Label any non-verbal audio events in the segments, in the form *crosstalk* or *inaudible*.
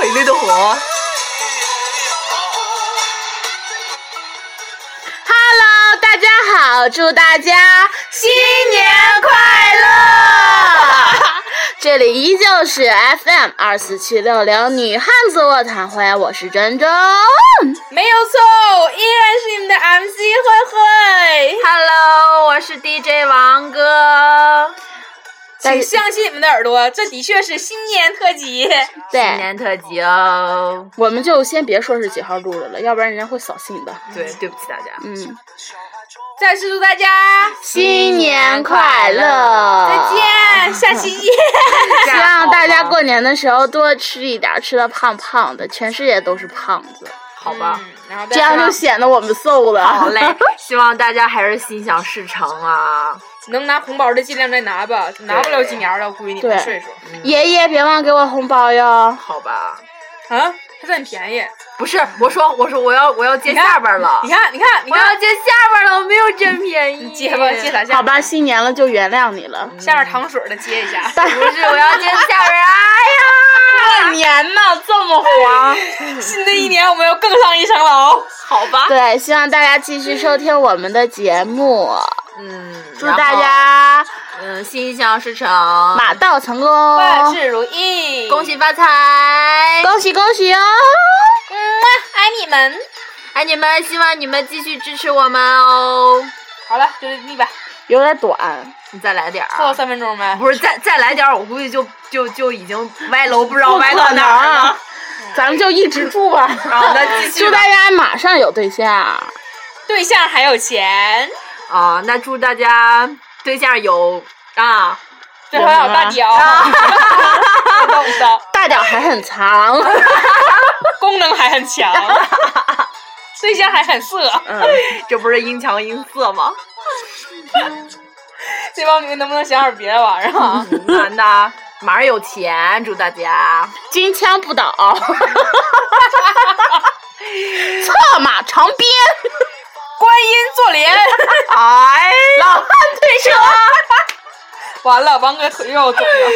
美丽的火。 Hello，大家好，祝大家新年快乐！ *laughs* 这里依旧是 FM 二四七六零女汉子卧谈会，我是珍珍。没有错，依然是你们的 MC 慧慧。 Hello，我是 DJ 王哥。请相信你们的耳朵，这的确是新年特辑。新对，年特辑哦。我们就先别说是几号录的了，要不然人家会扫兴的。对，对不起大家。嗯，再次祝大家新年快乐！再见，下期见。希望大家过年的时候多吃一点，吃的胖胖的，全世界都是胖子， *laughs* 好吧。嗯，然后这样就就显得我们瘦了。啊好 *laughs* 嘞，希望大家还是心想事成啊！能拿红包的尽量再拿吧，拿不了几年了，我估计你对们岁数爷爷，别忘给我红包哟！好吧，啊，还算便宜。不是我说，我说我要我要接下边了你，看，你看，你我要看，接下边了，我没有占便宜。接吧，接啥下？好吧，，新年了就原谅你了。下面糖水的接一下。大不是，*laughs* 我要接下 *laughs* 边。哎呀，年呢这么黄，新的一年我们要更上一层楼。好吧。嗯 *laughs* 对，哦希望大家继续收听我们的节目，嗯，祝大家然后嗯心想事成，嗯马到成功，万事如意，恭喜发财，恭喜恭喜哦！哎嗯啊，爱你们。爱哎你们，希望你们继续支持我们哦。好了，就这地吧，有点短，你再来点凑到儿，啊三分钟呗。不是再再来点儿，我估计就就就已经歪楼，不知道不哦歪可到哪啊儿能了。，啊咱们就一直住吧。好的，继 *laughs* 续祝吧大家马上有对象。对象还有钱，啊！那祝大家对象有啊，最后还有大屌， *laughs* 懂不懂？大脚还很长， *laughs* 功能还很强，对象还很色。嗯这不是阴强阴色吗？这帮女的能不能想点别的玩意儿啊？那那马上有钱，祝大家金枪不 *laughs* 倒，策马长鞭，观音坐 *laughs* 莲，哎老汉推车。完了，王哥腿又要肿了。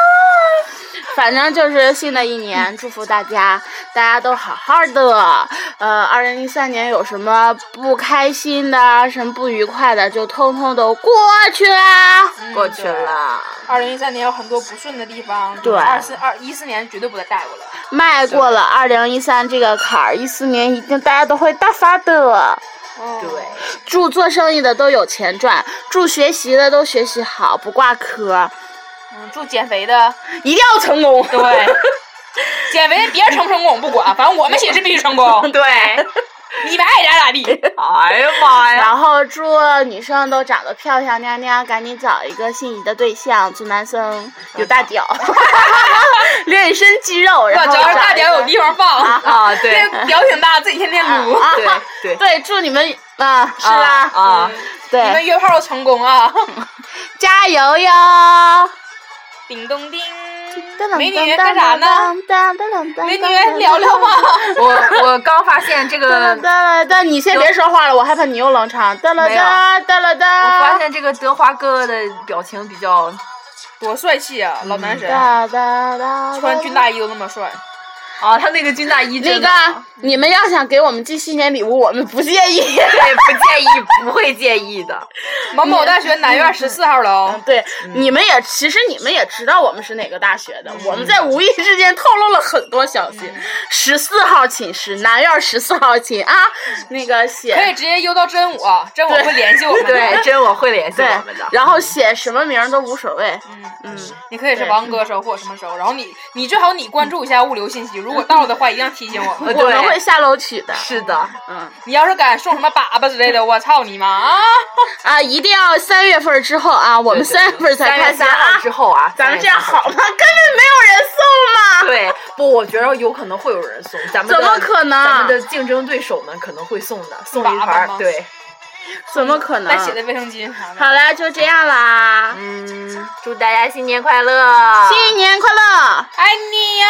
*laughs* 反正就是新的一年，祝福大家，大家都好好的。呃，二零一三年有什么不开心的、什么不愉快的，就通通都过去啊啦。 *laughs* 过去了，二零一三年有很多不顺的地方，对二四二一四年绝对不再带过了。迈过了二零一三这个坎儿，一四年一定大家都会大发的。哦对，祝做生意的都有钱赚，祝学习的都学习好，不挂科，嗯，祝减肥的，一定要成功。对， *laughs* 减肥的别人成不成功我们不管，反正我们寝室必须 *laughs* 成功，对，你们爱咋咋 *laughs* 地。哎呀 *laughs* 妈呀，然后祝女生都长得漂漂亮亮，赶紧找一个心仪的对象；祝男生有大屌， *laughs* 练一身肌肉，然主后要是找大一屌个有地方放，啊对 *laughs* 这屌挺大，自己天天撸。啊 *laughs* 对对对，祝你们啊，是吧？啊，嗯你们对，约炮成功 *laughs* 啊！加油哟！叮咚叮噔噔，美女干啥呢？？噔噔噔，美女聊聊吧。我我刚发现这个噔噔。噔噔，你先别说话了，我害怕你又冷场。噔了没有噔，噔了我发噔，现这个德华哥的表情比较，多帅气啊，嗯老男神，哒哒哒，穿军大衣都那么帅。啊，他那个军大衣那真的个，你们要想给我们寄新年礼物，我们不介意。对不介意，不会介意 *laughs* 的。某某大学南院十四号嗯楼，对，你们也其实你们也知道我们是哪个大学的，嗯我们在无意之间透露了很多消息。十四号寝室，南院十四号寝啊，那个可以写直接邮到真我，真我会联系我们的。对，真我会联系对我们的，。然后写什么名儿都无所谓。嗯，你可以是王哥收或什么收，然后你你最好你关注一下物流信息，如果到了的话一定提醒我们。我们嗯对会下楼取的。是的，嗯你要是敢送什么粑粑之类的，我操你妈啊！嗯啊，一定要三月份之后啊，我们对对三月份才三开月撒三号啊。之后啊，咱们这样三月三好号嗯吗？根本没有人送嘛。对，不，我觉得有可能会有人送，咱们怎的么可能咱们的竞争对手们可能会送的，送一盘粑粑吗儿。对，怎么可能再？写的卫生巾啥的。好啦，就这样啦，嗯，祝大家新年快乐，新年快乐！爱你呀、